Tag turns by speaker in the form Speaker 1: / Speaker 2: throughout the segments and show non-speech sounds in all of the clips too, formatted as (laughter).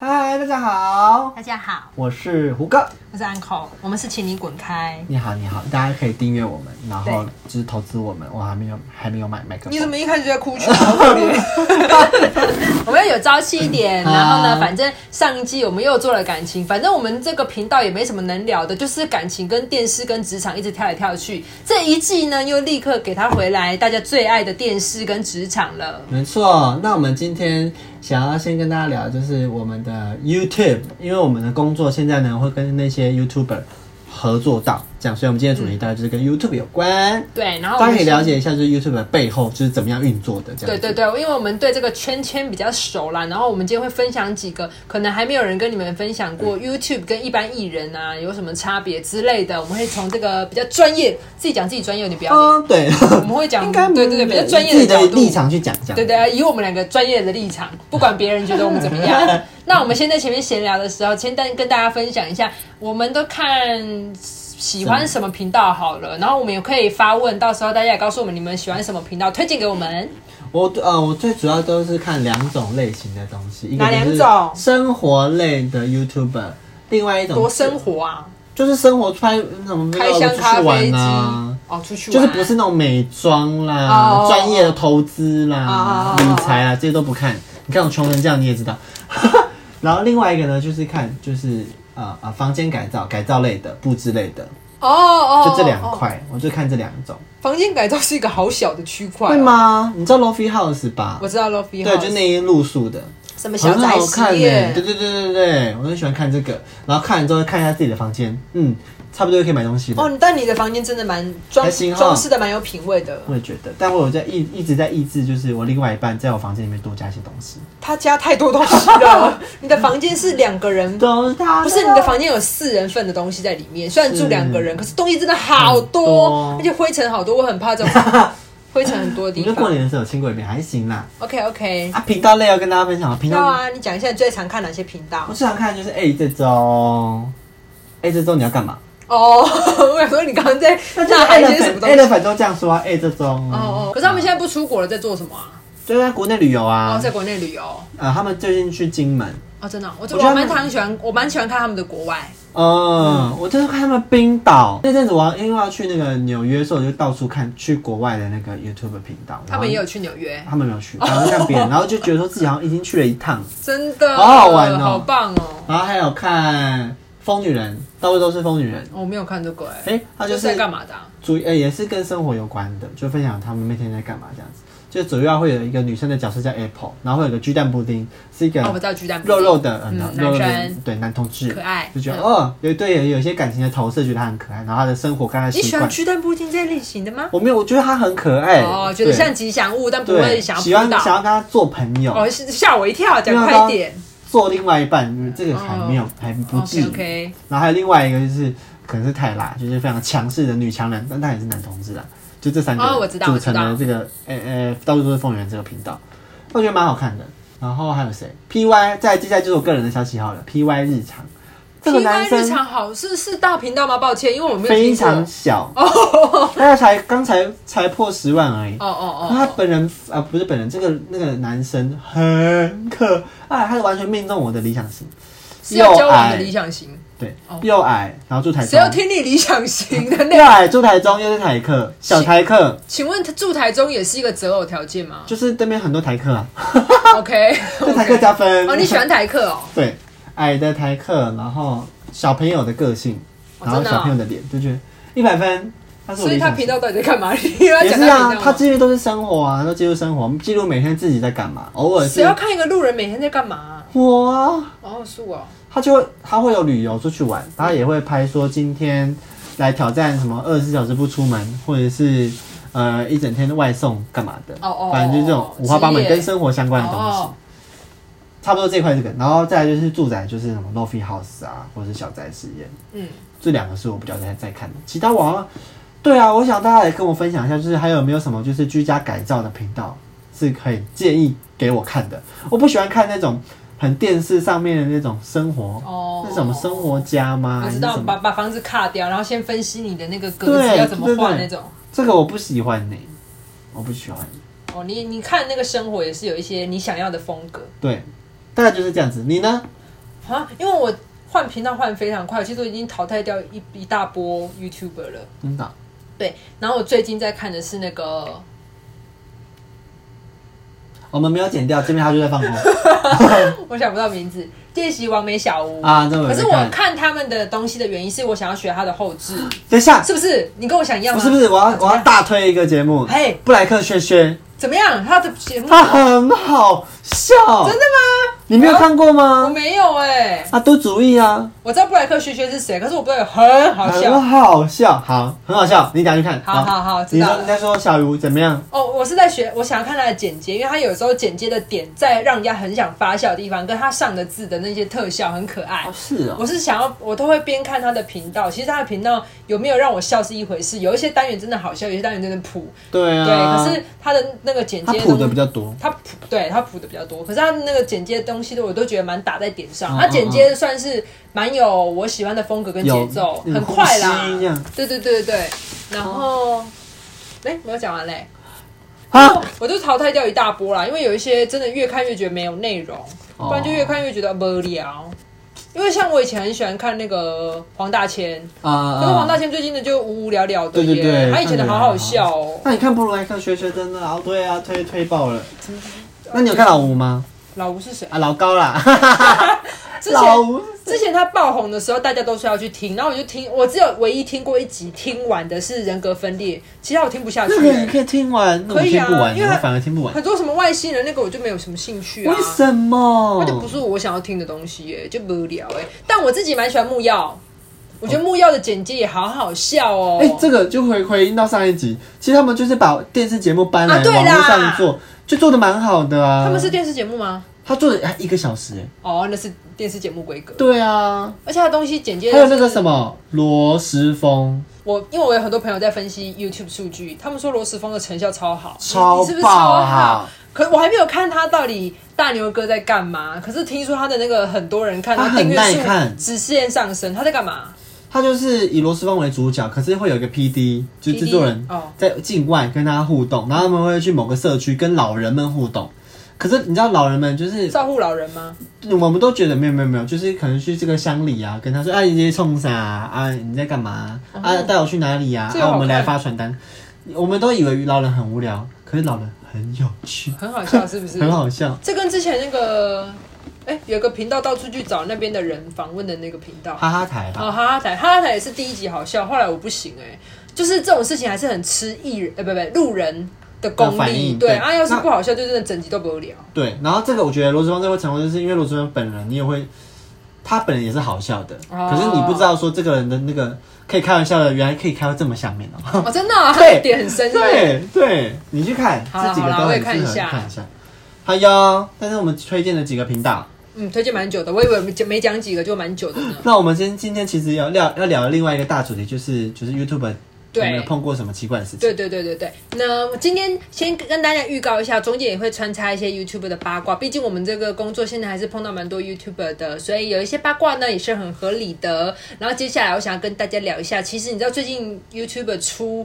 Speaker 1: 家好，
Speaker 2: 大家好，
Speaker 1: 我是胡哥。
Speaker 2: 我是 Uncle，我们是请你滚开。
Speaker 1: 你好，你好，大家可以订阅我们，然后
Speaker 2: 对
Speaker 1: 就是投资我们。我还没有还没有买麦克风，
Speaker 2: 你怎么一开始就在哭啊
Speaker 1: (laughs)
Speaker 2: 穷？好可怜我们要有朝气一点，
Speaker 1: 啊
Speaker 2: 然后呢，
Speaker 1: 好
Speaker 2: 反正上一季我们又做了感情，反正我们这个频道也没什么能聊的，就是感情跟电视跟职场一直跳来跳去。这一季呢，又立刻给他回来大家最爱的电视跟职场了。
Speaker 1: 没错，那我们今天想要先跟大家聊，就是我们的 YouTube，因为我们的工作现在呢会跟那些 YouTuber 合作到，这样，所以我们今天的主题
Speaker 2: 嗯
Speaker 1: 大概就是跟 YouTube 有关。
Speaker 2: 对，然后我
Speaker 1: 大家
Speaker 2: 们
Speaker 1: 可以了解一下，就是 YouTube 的背后就是怎么样运作的，这样。
Speaker 2: 对对。对，因为我们对这个圈圈比较熟啦，然后我们今天会分享几个可能还没有人跟你们分享
Speaker 1: 嗯
Speaker 2: 过 YouTube 跟一般艺人啊有什么差别之类的，我们会从这个比较专业，自己讲自己专业有点表演，
Speaker 1: 嗯，对，
Speaker 2: 我们会
Speaker 1: (laughs)
Speaker 2: 讲
Speaker 1: 应该
Speaker 2: 对对对比较专业
Speaker 1: 自己
Speaker 2: 角
Speaker 1: 的
Speaker 2: 度
Speaker 1: 立场去讲这样。
Speaker 2: 对对，以我们两个专业的立场，不管别人觉得我们怎么
Speaker 1: (laughs)
Speaker 2: 样。那我们先在前面闲聊的时候，先跟跟大家分享一下，我们都看喜欢什么频道好了，然后我们也可以发问，到时候大家也告诉我们你们喜欢什么频道，推荐给我们。
Speaker 1: 我呃，我最主要都是看两种类型的东西，一个
Speaker 2: 哪
Speaker 1: 就是
Speaker 2: 两种
Speaker 1: 生活类的 YouTuber，另外一种
Speaker 2: 多
Speaker 1: 是
Speaker 2: 生活啊！
Speaker 1: 就是生活拍那种呃
Speaker 2: 开箱咖啡机，哦，出去
Speaker 1: 啊就
Speaker 2: 玩
Speaker 1: 是不是那种美妆啦
Speaker 2: 哦、
Speaker 1: 专、业的投资
Speaker 2: 哦
Speaker 1: 啦
Speaker 2: 哦、
Speaker 1: 理
Speaker 2: 哦
Speaker 1: 财啊啦，这些都不看。你看我穷成这样，你也
Speaker 2: (laughs)
Speaker 1: 知道。然后另外一个呢，就是看就是呃呃房间改造、改造类的、布置类的，
Speaker 2: 哦哦，
Speaker 1: 就这两
Speaker 2: 哦。
Speaker 1: 块，我就看这两种。
Speaker 2: 房间改造是一个好小的区块，哦
Speaker 1: 会？吗？你知道 Lofi House 吧
Speaker 2: 我？知道 Lofi
Speaker 1: 对，就那一路数的。
Speaker 2: 什么小
Speaker 1: 很
Speaker 2: 宅
Speaker 1: 好看
Speaker 2: 系
Speaker 1: 呢、
Speaker 2: 列
Speaker 1: 对，对对对对，我很喜欢看这个，然后看完之后看一下自己的房间，嗯，差不多就可以买东西了。
Speaker 2: 哦，但你的房间真的蛮装
Speaker 1: 还行哈
Speaker 2: 装饰的蛮有品味的，
Speaker 1: 我也觉得，但我有在一一直在抑制，就是我另外一半在我房间里面多加一些东西。
Speaker 2: 他家太多东西了， (laughs) 你的房间是两个人。
Speaker 1: 都是他，
Speaker 2: 不是你的房间有四人份的东西在里面，虽然住两个人，可是东西真的好多，
Speaker 1: 很多
Speaker 2: 而且灰尘好多，我很怕这种灰尘很多的
Speaker 1: 你
Speaker 2: 地
Speaker 1: 就过
Speaker 2: 方。
Speaker 1: 年的时候有亲过一遍，还行啦。
Speaker 2: OK OK，
Speaker 1: 啊，频道类要跟大家分享啊，频
Speaker 2: 要
Speaker 1: 道、
Speaker 2: 啊，你讲一下你最常看哪些频道
Speaker 1: 我？最常看的就是 A 这周，A 这周你要干嘛？
Speaker 2: 哦， (laughs) 我想说你刚刚在
Speaker 1: 是
Speaker 2: 那还
Speaker 1: A
Speaker 2: 有
Speaker 1: 的
Speaker 2: 一些什么
Speaker 1: 粉
Speaker 2: 东
Speaker 1: A
Speaker 2: 西？哦
Speaker 1: 的粉都这样说啊，A 这周。
Speaker 2: 哦哦，可是他们现在不出国了，在做什么啊？
Speaker 1: 就在国内旅游
Speaker 2: 哦，
Speaker 1: 啊，
Speaker 2: 在国内旅游。哦，
Speaker 1: 呃，他们最近去金门，
Speaker 2: 真的哦，我这
Speaker 1: 我觉得
Speaker 2: 我
Speaker 1: 他们
Speaker 2: 蛮常喜欢，我蛮喜欢看他们的国外。
Speaker 1: 嗯，我就是看他们冰岛那阵子，我要因为要去那个纽约，所以我就到处看去国外的那个 YouTube 频道。
Speaker 2: 他们也有，去纽约，
Speaker 1: 他们没有去，然后看别
Speaker 2: (laughs)
Speaker 1: 人，然后就觉得说自己好像已经去了一趟。
Speaker 2: 真的，
Speaker 1: 好好玩哦
Speaker 2: 好棒哦！
Speaker 1: 然后还有看《疯女人》，到处都是疯女人。
Speaker 2: 哦我没有看这个哎，
Speaker 1: 哎、他
Speaker 2: 这
Speaker 1: 就是
Speaker 2: 在
Speaker 1: 是
Speaker 2: 干嘛的啊？
Speaker 1: 主呃也是跟生活有关的，就分享他们每天在干嘛这样子。就主要会有一个女生的角色叫 Apple，然后会有个鸡蛋布丁，是一个
Speaker 2: 哦，我知道巨蛋
Speaker 1: 嗯肉肉的呃
Speaker 2: 嗯
Speaker 1: 肉肉
Speaker 2: 男
Speaker 1: 的
Speaker 2: 生
Speaker 1: 对男同志，
Speaker 2: 可爱
Speaker 1: 就觉得
Speaker 2: 嗯
Speaker 1: 哦，有对有有一些感情的投射，觉得他很可爱，然后他的生活跟他的
Speaker 2: 你
Speaker 1: 习
Speaker 2: 喜
Speaker 1: 惯
Speaker 2: 欢，巨蛋布丁这类型的吗？
Speaker 1: 我没有，我觉得他很可爱，
Speaker 2: 哦，觉得
Speaker 1: 对
Speaker 2: 像吉祥物，但不会
Speaker 1: 对，
Speaker 2: 想
Speaker 1: 喜
Speaker 2: 要
Speaker 1: 欢
Speaker 2: 扑
Speaker 1: 想要
Speaker 2: 倒。
Speaker 1: 跟他做朋友，
Speaker 2: 哦，是吓我一跳，讲
Speaker 1: 因为
Speaker 2: 快
Speaker 1: 他
Speaker 2: 一点。
Speaker 1: 做另外一半，嗯这个还没
Speaker 2: 哦
Speaker 1: 有还啊不至
Speaker 2: OK
Speaker 1: 于。
Speaker 2: OK，
Speaker 1: 然后还有另外一个就是可能是泰拉，就是非常强势的女强人，但她也是男同志啦。就这三个
Speaker 2: 哦我知道
Speaker 1: 组成
Speaker 2: 我
Speaker 1: 了
Speaker 2: 知
Speaker 1: 这个呃呃，到处都是凤原这个频道，我觉得蛮好看的。然后还有谁？P Y，再接下来就是我个人的消息好了。P Y 日常，这个
Speaker 2: T
Speaker 1: 男
Speaker 2: Y 日
Speaker 1: 生
Speaker 2: 常好是是大频道吗？抱歉，因为我没有
Speaker 1: 非
Speaker 2: 听过。
Speaker 1: 常小，他才刚才才破十万而已。
Speaker 2: 哦哦
Speaker 1: 他
Speaker 2: 哦
Speaker 1: 本人啊、呃不是本人，这个那个男生很可爱，他完全命中我的理想型，
Speaker 2: 哦，是要交
Speaker 1: 又
Speaker 2: 往
Speaker 1: 矮
Speaker 2: 的理想型，
Speaker 1: 对，
Speaker 2: 哦
Speaker 1: 又矮，然后住台
Speaker 2: 谁
Speaker 1: 中，
Speaker 2: 要听你理想型
Speaker 1: (laughs)
Speaker 2: 的
Speaker 1: 又
Speaker 2: 那？
Speaker 1: 矮住台中，又是台客，小台客，
Speaker 2: 请问他住台中也是一个择偶条件吗
Speaker 1: 就是对面很多台客啊， (laughs)
Speaker 2: ？OK，
Speaker 1: 对台客加分。
Speaker 2: 哦，你喜欢台客哦？
Speaker 1: (laughs) 对矮的台客，然后小朋友的个性，
Speaker 2: 哦
Speaker 1: 然后
Speaker 2: 真的哦
Speaker 1: 小朋友的脸，就觉得一百分。他是我
Speaker 2: 所以
Speaker 1: 理
Speaker 2: 他
Speaker 1: 想
Speaker 2: 频
Speaker 1: 型。
Speaker 2: 道到底在干嘛？ (laughs) 你又要
Speaker 1: 也
Speaker 2: 讲
Speaker 1: 是
Speaker 2: 他
Speaker 1: 啊，
Speaker 2: 频道
Speaker 1: 他
Speaker 2: 吗？
Speaker 1: 记录都是生活啊，都记录生活，我们记录每天自己在干嘛，偶尔
Speaker 2: 谁
Speaker 1: 是
Speaker 2: 要看一个路人每天在干嘛啊？
Speaker 1: 我啊，
Speaker 2: 哦，是我。
Speaker 1: 他就会他会有旅游出去玩，他也会拍说今天来挑战什么二十四小时不出门，或者是呃一整天的外送干嘛的，
Speaker 2: 哦哦
Speaker 1: 反正就是这种
Speaker 2: 哦
Speaker 1: 五花八门
Speaker 2: 职业
Speaker 1: 跟生活相关的东西。
Speaker 2: 哦，
Speaker 1: 差不多这一块这个，然后再来就是住宅，就是什么 lofi house 啊，或者是小宅实验，
Speaker 2: 嗯，
Speaker 1: 这两个是我比较在在看的。其他网上，对啊，我想大家来跟我分享一下，就是还有没有什么就是居家改造的频道是可以建议给我看的？我不喜欢看那种很电视上面的那种生活，
Speaker 2: 哦
Speaker 1: 是什么生活家吗？
Speaker 2: 我
Speaker 1: 还
Speaker 2: 知
Speaker 1: 是
Speaker 2: 道，
Speaker 1: 什
Speaker 2: 把
Speaker 1: 么？
Speaker 2: 把房子卡掉，然后先分析你的那个格子
Speaker 1: 对
Speaker 2: 要怎么画
Speaker 1: 对对对
Speaker 2: 那种。
Speaker 1: 这个我不喜欢呢、我不喜欢。
Speaker 2: 哦，你你看那个生活也是有一些你想要的风格。
Speaker 1: 对，大概就是这样子。你呢？
Speaker 2: 啊，因为我换频道换非常快，其实我已经淘汰掉一一大波 YouTuber 了。
Speaker 1: 真的啊，
Speaker 2: 对，然后我最近在看的是那个， (laughs)
Speaker 1: 我们没有剪掉，这边他就在放
Speaker 2: (laughs)
Speaker 1: 空
Speaker 2: 我想不到名字，练习完美小屋。
Speaker 1: 啊。这我有
Speaker 2: 可
Speaker 1: 在
Speaker 2: 是我
Speaker 1: 看，
Speaker 2: 看他们的东西的原因是我想要学他的后置，
Speaker 1: (laughs) 等一下，
Speaker 2: 是不是？你跟我想一样
Speaker 1: 不
Speaker 2: 吗？
Speaker 1: 是不是，我要我要大推一个节目，
Speaker 2: 嘿
Speaker 1: 布莱克薛薛，
Speaker 2: 怎么样？他的节目
Speaker 1: 他很好笑，
Speaker 2: 真的吗？
Speaker 1: 你没有看过
Speaker 2: 我
Speaker 1: 吗？
Speaker 2: 没有哎、
Speaker 1: 啊，都主意啊，
Speaker 2: 我知道布莱克学学是谁，可是我不知道有很好
Speaker 1: 很
Speaker 2: 笑。
Speaker 1: 好笑，好，很好笑，你等一下去看。
Speaker 2: 好好好知
Speaker 1: 你
Speaker 2: 道了
Speaker 1: 说你在说小鱼怎么样？
Speaker 2: 哦，我是在学，我想要看他的简介，因为他有时候简介的点在让人家很想发笑的地方，跟他上的字的那些特效很可爱。
Speaker 1: 哦是
Speaker 2: 我，是想要，我都会边看他的频道。其实他的频道有没有让我笑是一回事，有一些单元真的好笑，有一些单元真的普。
Speaker 1: 对
Speaker 2: 对，
Speaker 1: 啊，
Speaker 2: 可是他的那个简
Speaker 1: 他
Speaker 2: 介
Speaker 1: 谱的
Speaker 2: 东
Speaker 1: 比较多，
Speaker 2: 他谱对他谱的比较多，可是他那个简介的东西的我都觉得蛮打在点上。
Speaker 1: 嗯
Speaker 2: 他简介算是蛮有我喜欢的风格跟节奏，
Speaker 1: 有
Speaker 2: 很快啦
Speaker 1: 嗯呼吸一样。
Speaker 2: 对对对对对，然后哎、没有讲完嘞，
Speaker 1: 啊，
Speaker 2: 我就淘汰掉一大波啦，因为有一些真的越看越觉得没有内容，
Speaker 1: 哦
Speaker 2: 不然就越看越觉得无聊。因为像我以前很喜欢看那个黄大千，可是黄
Speaker 1: 啊
Speaker 2: 大。千最近的就无无聊聊的
Speaker 1: 对
Speaker 2: 耶，
Speaker 1: 对对，
Speaker 2: 他以前
Speaker 1: 看
Speaker 2: 的
Speaker 1: 起来
Speaker 2: 好好笑哦、
Speaker 1: 那你看布鲁莱克学学真的啊，对啊，推推爆了。那你有看老吴吗？
Speaker 2: 老吴是谁？
Speaker 1: 啊，老高啦，
Speaker 2: 之前
Speaker 1: (laughs) 老吴
Speaker 2: 之前他爆红的时候，大家都说要去听，然后我就听，我只有唯一听过一集，听完的是人格分裂，其他我听不下去、
Speaker 1: 那个你可以听完，那我
Speaker 2: 可以
Speaker 1: 听
Speaker 2: 啊
Speaker 1: 不完，
Speaker 2: 因为
Speaker 1: 我反而听不完。
Speaker 2: 很多什么外星人那个我就没有什么兴趣啊
Speaker 1: 为，什么？
Speaker 2: 那就不是我想要听的东西耶、就无聊哎、但我自己蛮喜欢木曜，我觉得木曜的简介也好好笑哦、
Speaker 1: 哎、这个就回回应到上一集，其实他们就是把电视节目搬来
Speaker 2: 啊对啦
Speaker 1: 网络上做，就做的蛮好的啊。
Speaker 2: 他们是电视节目吗？
Speaker 1: 他做的哎一个小时、哎，
Speaker 2: 哦，那是电视节目规格，
Speaker 1: 对啊，
Speaker 2: 而且他的东西简介
Speaker 1: 还有那个什么罗时峰，
Speaker 2: 我因为我有很多朋友在分析 YouTube 数据，他们说罗时峰的成效超好，你
Speaker 1: 超
Speaker 2: 你是不是超
Speaker 1: 爆
Speaker 2: 好
Speaker 1: 好？
Speaker 2: 可我还没有看他到底大牛哥在干嘛。可是听说他的那个很多人看，
Speaker 1: 他很
Speaker 2: 订阅
Speaker 1: 耐看
Speaker 2: 数直线上升，他在干嘛？
Speaker 1: 他就是以罗时峰为主角，可是会有一个 P D，就
Speaker 2: PD
Speaker 1: 制作人
Speaker 2: 哦
Speaker 1: 在境外跟他互动，然后他们会去某个社区跟老人们互动。可是你知道老人们就是
Speaker 2: 照顾老人吗？
Speaker 1: 我们都觉得没有没有没有，就是可能去这个乡里啊，跟他说，哎、你在冲啥啊？啊你在干嘛啊？啊，带我去哪里呀、
Speaker 2: 嗯这
Speaker 1: 啊？
Speaker 2: 个好
Speaker 1: 啊，我们来
Speaker 2: 看
Speaker 1: 发传单。我们都以为老人很无聊，可是老人很有趣，
Speaker 2: 很好笑是不
Speaker 1: (laughs)
Speaker 2: 是
Speaker 1: 很？好笑。
Speaker 2: 这跟之前那个哎有个频道到处去找那边的人访问的那个频道，
Speaker 1: 哈哈台吧，
Speaker 2: 哦，哈哈台，哈哈台也是第一集好笑，后来我不行哎、就是这种事情还是很吃艺人，呃，不不，路人的功
Speaker 1: 的反
Speaker 2: 力。
Speaker 1: 应
Speaker 2: 对
Speaker 1: 对
Speaker 2: 啊，要是
Speaker 1: 那
Speaker 2: 不好笑，就真的整集都不聊。
Speaker 1: 对。然后这个我觉得罗志芳这会成功，就是因为罗志芳本人，你也会，他本人也是好笑的，
Speaker 2: 哦
Speaker 1: 可是你不知道说这个人的那个可以开玩笑的，原来可以开到这么下面哦、
Speaker 2: 哦，真的、啊，
Speaker 1: 对
Speaker 2: 他的点很深，对，
Speaker 1: (laughs) 对对，你去看
Speaker 2: 好啦
Speaker 1: 这几个
Speaker 2: 好啦
Speaker 1: 都
Speaker 2: 我也
Speaker 1: 很
Speaker 2: 看一
Speaker 1: 适合去
Speaker 2: 下
Speaker 1: 看一下。好哟，但是我们推荐的几个频道。
Speaker 2: 嗯，推荐蛮久的，我以为没讲没讲几个就蛮久的呢。
Speaker 1: 那我们今今天其实要聊要聊另外一个大主题，就是就是 YouTube 有
Speaker 2: 对
Speaker 1: 没有碰过什么奇怪的事情？
Speaker 2: 对对对对对，那我今天先跟大家预告一下，中间也会穿插一些 YouTube 的八卦，毕竟我们这个工作现在还是碰到蛮多 YouTube 的，所以有一些八卦呢也是很合理的。然后接下来我想要跟大家聊一下，其实你知道最近 YouTube 出。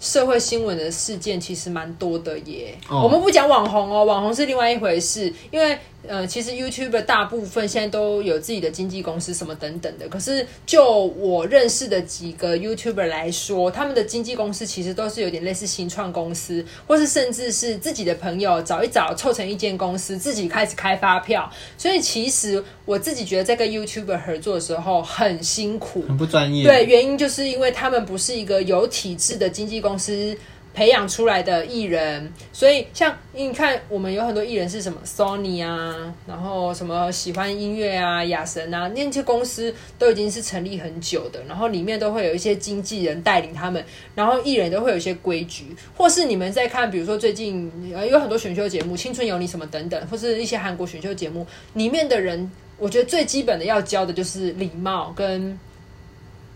Speaker 2: 社会新闻的事件其实蛮多的耶，
Speaker 1: 哦
Speaker 2: 我们不讲网红哦，网红是另外一回事，因为呃，其实 YouTube 大部分现在都有自己的经纪公司什么等等的。可是就我认识的几个 YouTuber 来说，他们的经纪公司其实都是有点类似新创公司，或是甚至是自己的朋友找一找，凑成一间公司，自己开始开发票。所以其实我自己觉得在跟 YouTuber 合作的时候很辛苦，
Speaker 1: 很不专业。
Speaker 2: 对，，原因就是因为他们不是一个有体制的经纪公司培养出来的艺人，所以像你看，我们有很多艺人是什么 Sony 啊，然后什么喜欢音乐啊、雅神啊，那些公司都已经是成立很久的，然后里面都会有一些经纪人带领他们，然后艺人都会有一些规矩，或是你们在看，比如说最近呃有很多选秀节目，《青春有你》什么等等，或是一些韩国选秀节目里面的人。我觉得最基本的要教的就是礼貌跟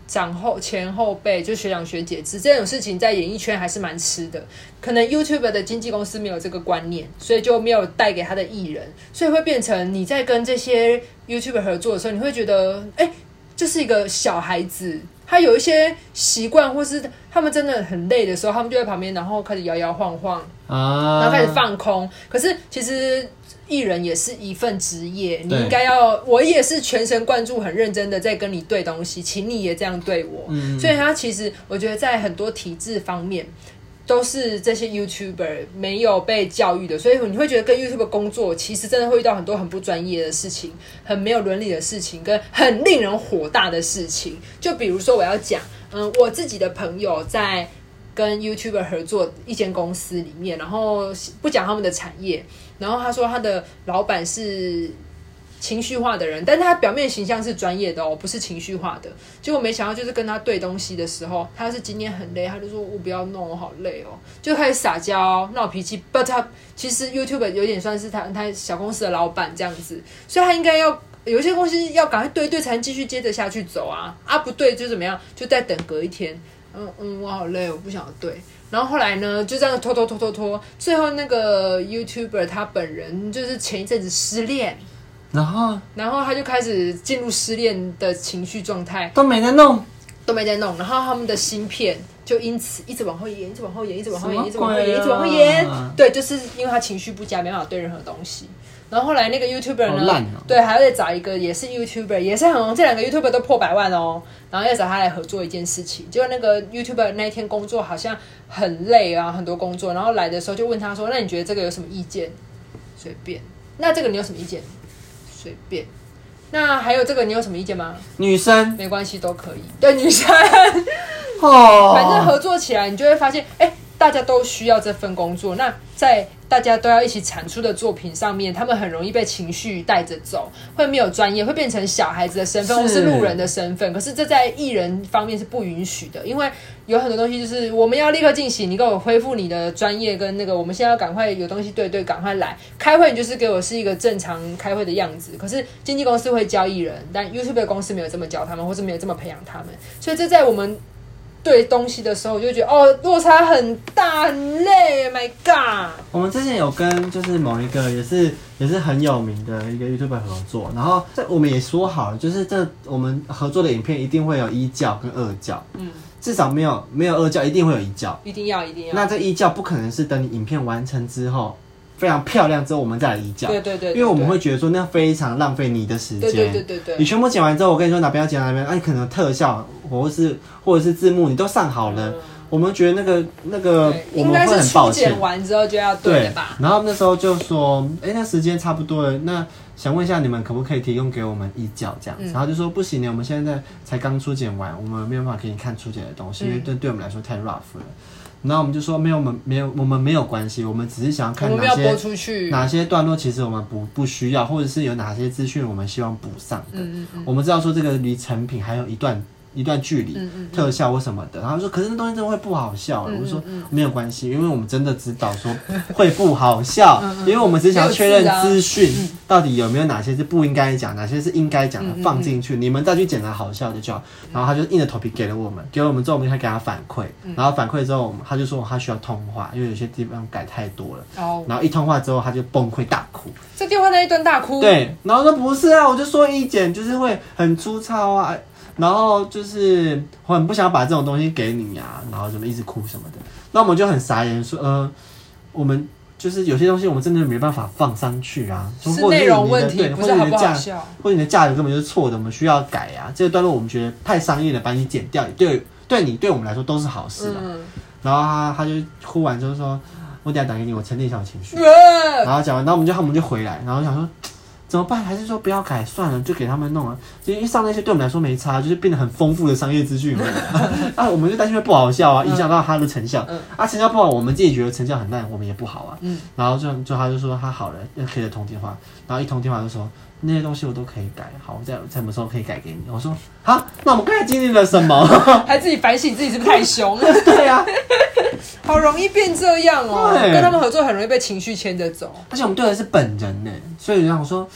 Speaker 2: 长后前后辈，就学长学姐制这种事情，在演艺圈还是蛮吃的。可能 YouTube 的经纪公司没有这个观念，所以就没有带给他的艺人，所以会变成你在跟这些 YouTube 合作的时候，你会觉得，哎、这是一个小孩子，他有一些习惯，或是他们真的很累的时候，他们就在旁边，然后开始摇摇晃晃，
Speaker 1: 啊，
Speaker 2: 然后开始放空。可是其实艺人也是一份职业，你
Speaker 1: 对
Speaker 2: 应该要，我也是全神贯注、很认真的在跟你对东西，请你也这样对我。
Speaker 1: 嗯
Speaker 2: 所以他其实我觉得在很多体制方面。都是这些 YouTuber 没有被教育的，所以你会觉得跟 YouTuber 工作，其实真的会遇到很多很不专业的事情，很没有伦理的事情，跟很令人火大的事情。就比如说，我要讲，嗯，我自己的朋友在跟 YouTuber 合作一间公司里面，然后不讲他们的产业，然后他说他的老板是情绪化的人，但是他表面形象是专业的哦，不是情绪化的。结果没想到就是跟他对东西的时候，他是今天很累，他就说我不要弄，我好累哦，就开始撒娇闹脾气。But 他其实 YouTube 有点算是他他小公司的老板这样子，所以他应该要。有一些公司要赶快对一对，才能继续接着下去走啊！啊，不对就怎么样，就再等隔一天。嗯嗯，我好累，我不想对。然后后来呢，就这样拖拖拖拖拖，最后那个 YouTuber 他本人就是前一阵子失恋，
Speaker 1: 然后
Speaker 2: 然后他就开始进入失恋的情绪状态，
Speaker 1: 都没在弄，
Speaker 2: 都没在弄，然后他们的芯片就因此一直往后延，一直往后延，一直往后
Speaker 1: 什
Speaker 2: 延，
Speaker 1: 么
Speaker 2: 一直往后
Speaker 1: 鬼啊
Speaker 2: 延，一直往后延。对，就是因为他情绪不佳，没办法对任何东西。然后后来那个 YouTuber
Speaker 1: 好
Speaker 2: 呢，
Speaker 1: 烂哦
Speaker 2: 对，还要再找一个也是 YouTuber，也是很红，这两个 YouTuber 都破百万哦。然后要找他来合作一件事情，结果那个 YouTuber 那一天工作好像很累啊，很多工作。然后来的时候就问他说：“那你觉得这个有什么意见？”随便。那这个你有什么意见？随便。那还有这个你有什么意见吗？
Speaker 1: 女生
Speaker 2: 没关系，都可以。对女生，
Speaker 1: 哦，
Speaker 2: 反正合作起来，你就会发现，哎、大家都需要这份工作。那在大家都要一起产出的作品上面，他们很容易被情绪带着走，会没有专业，会变成小孩子的身份
Speaker 1: 是
Speaker 2: 或是路人的身份。可是这在艺人方面是不允许的，因为有很多东西就是我们要立刻进行，你给我恢复你的专业跟那个，我们现在要赶快有东西对对，赶快来开会，你就是给我是一个正常开会的样子。可是经纪公司会教艺人，但 YouTube 的公司没有这么教他们，或是没有这么培养他们，所以这在我们对东西的时候，我就觉得哦，落差很大，很累，My，Oh God！
Speaker 1: 我们之前有跟就是某一个也是也是很有名的一个 YouTuber 合作，然后这我们也说好了，就是这我们合作的影片一定会有一教跟二教，
Speaker 2: 嗯，
Speaker 1: 至少没有没有二教，一定会有一教。
Speaker 2: 一定要，一定要。
Speaker 1: 那这一教不可能是等你影片完成之后非常漂亮之后我们再来一教，
Speaker 2: 对对对，对
Speaker 1: 因为我们会觉得说那非常浪费你的时间。
Speaker 2: 对对对对
Speaker 1: 你
Speaker 2: 对，
Speaker 1: 全部剪完之后，我跟你说哪边要剪哪边，哎、你可能特效或是或者是字幕你都上好了，
Speaker 2: 嗯
Speaker 1: 我们觉得那个那个
Speaker 2: 对
Speaker 1: 呃我
Speaker 2: 应
Speaker 1: 们
Speaker 2: 该
Speaker 1: 会
Speaker 2: 是
Speaker 1: 很抱
Speaker 2: 初
Speaker 1: 歉
Speaker 2: 剪。完之后就要对的吧？
Speaker 1: 然后那时候就说，哎、那时间差不多了，那想问一下你们可不可以提供给我们一角这样子？
Speaker 2: 嗯
Speaker 1: 然后就说不行呢，我们现在才刚初检完，我们没有办法给你看初检的东西，因为
Speaker 2: 嗯
Speaker 1: 对对我们来说太 rough 了。然后我们就说没有，我们没有，我们没有关系，我们只是想要
Speaker 2: 我
Speaker 1: 看
Speaker 2: 们
Speaker 1: 哪
Speaker 2: 要播
Speaker 1: 些
Speaker 2: 出去。
Speaker 1: 哪些段落其实我们不不需要，或者是有哪些资讯我们希望补上的。
Speaker 2: 嗯嗯嗯
Speaker 1: 我们知道说这个离成品还有一段一段距离，
Speaker 2: 嗯嗯嗯
Speaker 1: 特效或什么的。然后说，可是那东西真的会不好笑。
Speaker 2: 嗯嗯
Speaker 1: 我说没有关系，因为我们真的知道说会不好笑，
Speaker 2: 嗯
Speaker 1: 因为我们只想要确
Speaker 2: 没有字
Speaker 1: 认
Speaker 2: 啊
Speaker 1: 资讯、到底有没有哪些是不应该讲，哪些是应该讲的
Speaker 2: 嗯嗯嗯
Speaker 1: 放进去，你们再去检查好笑的就好。然后他就硬着头皮给了我们，给了我们之后，我们还给他反馈，
Speaker 2: 嗯
Speaker 1: 然后反馈之后，我们他就说他需要通话，因为有些地方改太多了。
Speaker 2: 哦，
Speaker 1: 然后一通话之后，他就崩溃大哭。
Speaker 2: 在电话那一段大哭。，
Speaker 1: 对，然后说不是啊，我就说一剪就是会很粗糙啊，然后就是我很不想把这种东西给你啊，然后怎么一直哭什么的，那我们就很傻眼说，呃，我们就是有些东西我们真的没办法放上去啊，说
Speaker 2: 是
Speaker 1: 或者
Speaker 2: 内
Speaker 1: 你
Speaker 2: 容
Speaker 1: 的
Speaker 2: 问题，
Speaker 1: 对
Speaker 2: 不
Speaker 1: 或
Speaker 2: 是
Speaker 1: 者
Speaker 2: 好
Speaker 1: 你
Speaker 2: 不
Speaker 1: 的价，
Speaker 2: 好笑。
Speaker 1: 或者你的价格根本就是错的，我们需要改啊，这个段落我们觉得太商业了，把你剪掉，对对你对我们来说都是好事啊。
Speaker 2: 嗯，
Speaker 1: 然后他他就哭完之后说，我等一下打给你，我沉淀一下我情绪。 (laughs)
Speaker 2: (laughs) 呃
Speaker 1: 然后讲完，然后我们就他们就回来，然后想说怎么办？还是说不要改算了，就给他们弄啊？因为上那些对我们来说没差，就是变得很丰富的商业资讯嘛。 (laughs) 啊，我们就担心会不好笑啊，影响到他的成效。
Speaker 2: 嗯
Speaker 1: 啊，成效不好，我们自己觉得成效很烂，我们也不好啊。
Speaker 2: 嗯
Speaker 1: 然后就就他就说他好了，要可以通电话，然后一通电话就说。那些东西我都可以改，好，我在什么时候可以改给你？我说好，那我们刚才经历了什么？ (laughs)
Speaker 2: 还自己反省自己是不是太凶，
Speaker 1: 对啊，
Speaker 2: 好容易变这样哦。
Speaker 1: 对
Speaker 2: 跟他们合作很容易被情绪牵着走。
Speaker 1: 而且我们对的是本人呢，所以我想说，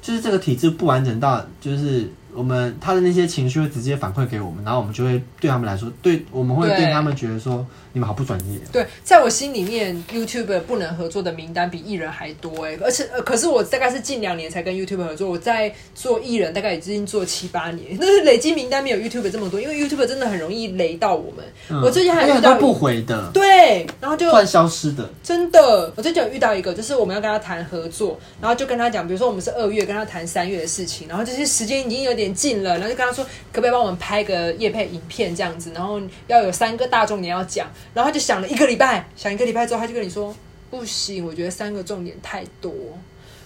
Speaker 1: 就是这个体制不完整到，就是我我们他的那些情绪会直接反馈给我们，然后我们就会对他们来说，对我们会
Speaker 2: 对
Speaker 1: 对他们觉得说你们好不专业。
Speaker 2: 对，在我心里面，YouTube 不能合作的名单比艺人还多哎、而且、呃、可是我大概是近两年才跟 YouTube 合作，我在做艺人大概已经做七八年，但是累积名单没有 YouTube 这么多，因为 YouTube 真的很容易雷到我们。
Speaker 1: 嗯
Speaker 2: 我最近还
Speaker 1: 而
Speaker 2: 有
Speaker 1: 且
Speaker 2: 遇到
Speaker 1: 都不回的，
Speaker 2: 对，然后就
Speaker 1: 突然消失的，
Speaker 2: 真的，我最近有遇到一个，就是我们要跟他谈合作，然后就跟他讲，比如说我们是二月跟他谈三月的事情，然后就是时间已经有点近了，然后就跟他说，可不可以帮我们拍个夜配影片这样子，然后要有三个大重点要讲，然后他就想了一个礼拜，想一个礼拜之后，他就跟你说，不行，我觉得三个重点太多。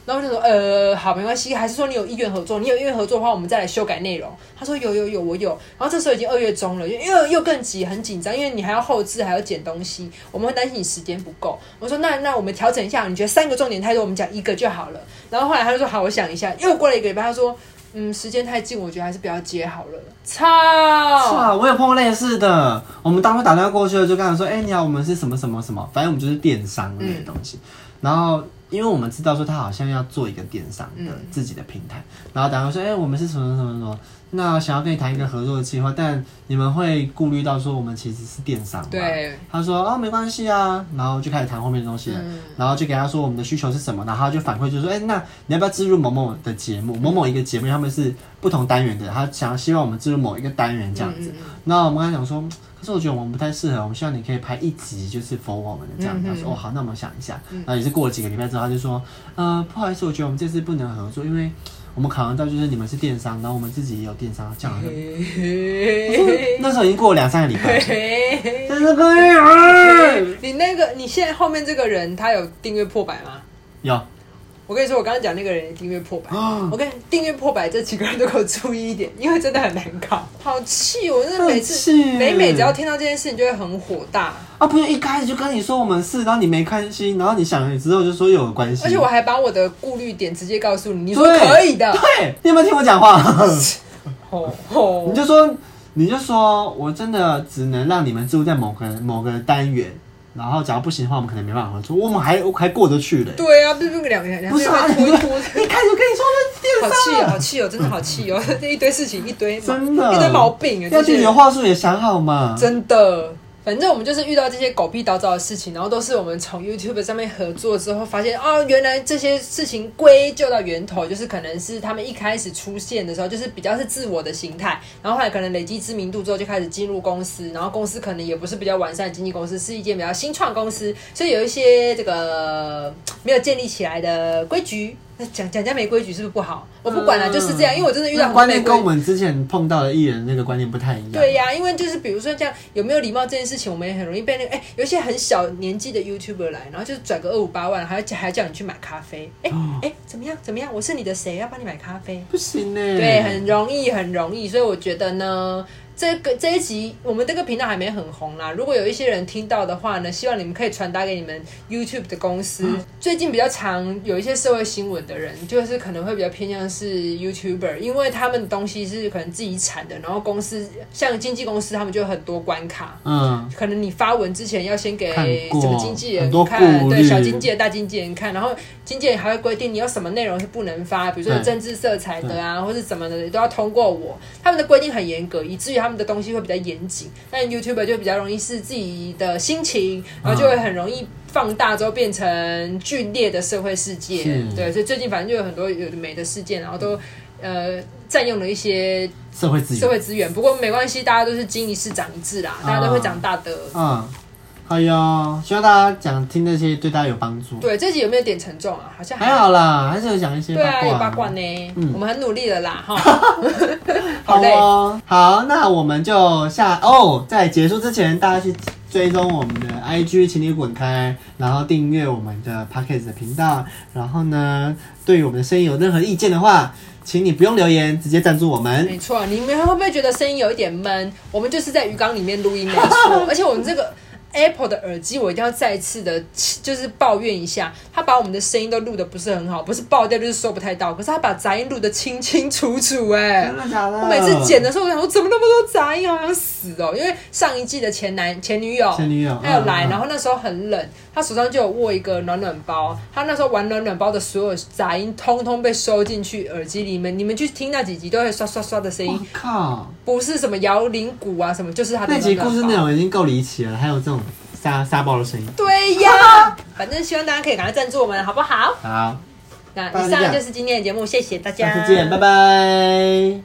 Speaker 2: 然后我就说，呃，好，没关系，还是说你有意愿合作？你有意愿合作的话，我们再来修改内容。他说有有有，我有。然后这时候已经二月中了，因为又又更急，很紧张，因为你还要后置，还要剪东西，我们会担心你时间不够。我说那那我们调整一下，你觉得三个重点太多，我们讲一个就好了。然后后来他就说好，我想一下。又过了一个礼拜，他说嗯，时间太近，我觉得还是不要接好了。
Speaker 1: 是
Speaker 2: 操！
Speaker 1: 啊，我有碰过类似的。我们当初打电话过去了，就跟他说：“哎、你好，我们是什么什么什么，反正我们就是电商类的东西。然后，因为我们知道说他好像要做一个电商的、
Speaker 2: 嗯
Speaker 1: 自己的平台，然后打电话说：“哎、我们是什么什么什么，那想要跟你谈一个合作的计划，但你们会顾虑到说我们其实是电商嘛？”
Speaker 2: 对，
Speaker 1: 他说：“哦，没关系啊。”然后就开始谈后面的东西了。
Speaker 2: 嗯
Speaker 1: 然后就给他说我们的需求是什么，然后他就反馈就说：“哎、那你要不要置入某某的节
Speaker 2: 嗯
Speaker 1: 目，某某一个节目？因为他们是不同单元的，他想希望我们置入某一个单元这样子。
Speaker 2: 嗯嗯
Speaker 1: 那我们刚才讲说，嗯可是我觉得我们不太适合，我们希望你可以拍一集就是 for 我们的这样。
Speaker 2: 嗯嗯
Speaker 1: 他
Speaker 2: 嗯
Speaker 1: 说：“哦，好，那我们想一下。
Speaker 2: 嗯
Speaker 1: 然后也是过了几个礼拜之后，他就说：“呃，不好意思，我觉得我们这次不能合作，因为我们考量到就是你们是电商，然后我们自己也有电商，这样好
Speaker 2: (laughs)
Speaker 1: 像。”
Speaker 2: 嘿嘿嘿
Speaker 1: 那时候已经过了两三个礼拜
Speaker 2: 嘿
Speaker 1: 了，
Speaker 2: (laughs) 嘿嘿
Speaker 1: 但是可以
Speaker 2: (laughs)
Speaker 1: 啊
Speaker 2: 你那个，你现在后面这个人，他有订阅破百吗？
Speaker 1: 有
Speaker 2: 我跟你说，我刚刚讲那个人订阅破百，
Speaker 1: 啊
Speaker 2: 我跟你订阅破百这几个人都给我注意一点，因为真的很难搞，好气嗯哦！我真的每次
Speaker 1: 很气
Speaker 2: 每每只要听到这件事情，就会很火大，
Speaker 1: 啊，不是一开始就跟你说我们是，然后你没开心，然后你想了之后就说有关系，
Speaker 2: 而且我还把我的顾虑点直接告诉你，你说
Speaker 1: 对
Speaker 2: 可以的，
Speaker 1: 对，你有没有听我讲话？
Speaker 2: (laughs)
Speaker 1: (laughs)
Speaker 2: 吼吼
Speaker 1: 你，就说你就说我真的只能让你们住在某个某个单元，然后假如不行的话，我们可能没办法合作，我们还我还过得去嘞。
Speaker 2: 对啊，不是不是两个两
Speaker 1: 不
Speaker 2: 个
Speaker 1: 是啊，
Speaker 2: 人
Speaker 1: 你
Speaker 2: 拖
Speaker 1: 就 (laughs)
Speaker 2: 一
Speaker 1: 一开始就
Speaker 2: 拖。
Speaker 1: 跟你说
Speaker 2: 好
Speaker 1: 我是
Speaker 2: 气
Speaker 1: 电
Speaker 2: 哦，
Speaker 1: 商啊
Speaker 2: 好气哦，真的好气哦！ (laughs) 这一堆事情，一堆毛
Speaker 1: 真的
Speaker 2: 一堆毛病啊，
Speaker 1: 啊，要
Speaker 2: 这
Speaker 1: 拒
Speaker 2: 些人
Speaker 1: 绝话术也想好嘛。
Speaker 2: 真的。反正我们就是遇到这些狗屁倒灶的事情，然后都是我们从 YouTube 上面合作之后发现，哦，原来这些事情归咎到源头，就是可能是他们一开始出现的时候，就是比较是自我的形态，然后后来可能累积知名度之后就开始进入公司，然后公司可能也不是比较完善的经纪公司，是一间比较新创公司，所以有一些这个没有建立起来的规矩。那讲讲人家没规矩是不是不好？我不管了、
Speaker 1: 嗯
Speaker 2: 就是这样，因为我真的遇到
Speaker 1: 那
Speaker 2: 很多
Speaker 1: 观
Speaker 2: 没
Speaker 1: 念
Speaker 2: 规
Speaker 1: 跟
Speaker 2: 矩
Speaker 1: 我。们之前碰到的艺人那个观念不太一样。
Speaker 2: 对呀、因为就是比如说这样有没有礼貌这件事情，我们也很容易被那个哎、有一些很小年纪的 YouTuber 来，然后就转个二五八万，还要还要叫你去买咖啡，哎、哎、怎么样怎么样，我是你的谁，要帮你买咖啡，
Speaker 1: 不行呢。
Speaker 2: 对，很容易很容易，所以我觉得呢。这个这一集我们这个频道还没很红啦，如果有一些人听到的话呢，希望你们可以传达给你们 YouTube 的公司。最近比较常有一些社会新闻的人，就是可能会比较偏向是 YouTuber，因为他们的东西是可能自己产的，然后公司像经纪公司他们就有很多关卡，
Speaker 1: 嗯，
Speaker 2: 可能你发文之前要先给
Speaker 1: 看过
Speaker 2: 什么经纪人
Speaker 1: 很多
Speaker 2: 看，
Speaker 1: 顾
Speaker 2: 对
Speaker 1: 虑
Speaker 2: 小经纪人、大经纪人看，然后经纪人还会规定你有什么内容是不能发，比如说有
Speaker 1: 对
Speaker 2: 政治色彩的啊，或是怎么的，都要通过我。他们的规定很严格，以至于他们的东西会比较严谨。但 YouTube 就比较容易是自己的心情，然后就会很容易放大之后变成剧烈的社会事件。
Speaker 1: 是
Speaker 2: 对，所以最近反正就有很多有的没的事件，然后都呃占用了一些
Speaker 1: 社会资源
Speaker 2: 社。会资源。不过没关系，大家都是经一事长一智啦，大家都会长大的。
Speaker 1: 嗯，哎呦，希望大家讲听这些对大家有帮助。
Speaker 2: 对，这集有没有点沉重啊？好像
Speaker 1: 还。好啦，还是有讲一些
Speaker 2: 对
Speaker 1: 八
Speaker 2: 啊，
Speaker 1: 卦。
Speaker 2: 有八卦呢，
Speaker 1: 嗯
Speaker 2: 我们很努力了啦，
Speaker 1: (laughs)
Speaker 2: 哈。
Speaker 1: 好
Speaker 2: 好嘞
Speaker 1: 哦，好，那我们就下哦，在结束之前，大家去追踪我们的 IG，请你滚开，然后订阅我们的 Pockets 的频道，然后呢，对于我们的声音有任何意见的话，请你不用留言，直接赞助我们。
Speaker 2: 没错，你们会不会觉得声音有一点闷？我们就是在鱼缸里面录音，
Speaker 1: (laughs)
Speaker 2: 没错。而且我们这个 Apple 的耳机，我一定要再次的，就是抱怨一下，它把我们的声音都录的不是很好，不是爆掉就是收不太到，可是它把杂音录的清清楚楚、哎，
Speaker 1: 真的假的？
Speaker 2: 我每次剪的时候，我想我怎么那么多杂啊音，好想死哦！因为上一季的前男前女友，
Speaker 1: 前女友
Speaker 2: 还有来，
Speaker 1: 嗯嗯
Speaker 2: 然后那时候很冷，他手上就有握一个暖暖包，他那时候玩暖暖包的所有杂音，通通被收进去耳机里面。你们去听那几集，都会刷刷刷的声
Speaker 1: 我
Speaker 2: 音，
Speaker 1: 靠！
Speaker 2: 不是什么摇铃鼓啊什么，就是他的
Speaker 1: 那集
Speaker 2: 暖
Speaker 1: 故事
Speaker 2: 暖
Speaker 1: 内
Speaker 2: 包
Speaker 1: 容已经够离奇了，还有这种沙沙爆的声音。
Speaker 2: 对
Speaker 1: (laughs)
Speaker 2: 呀，反正希望大家可以赶快赞助我们，好不好？
Speaker 1: 好，
Speaker 2: 那
Speaker 1: 大家
Speaker 2: 以
Speaker 1: 就这
Speaker 2: 上
Speaker 1: 样
Speaker 2: 就是今天的节目，谢谢大家，
Speaker 1: 下次见，拜拜。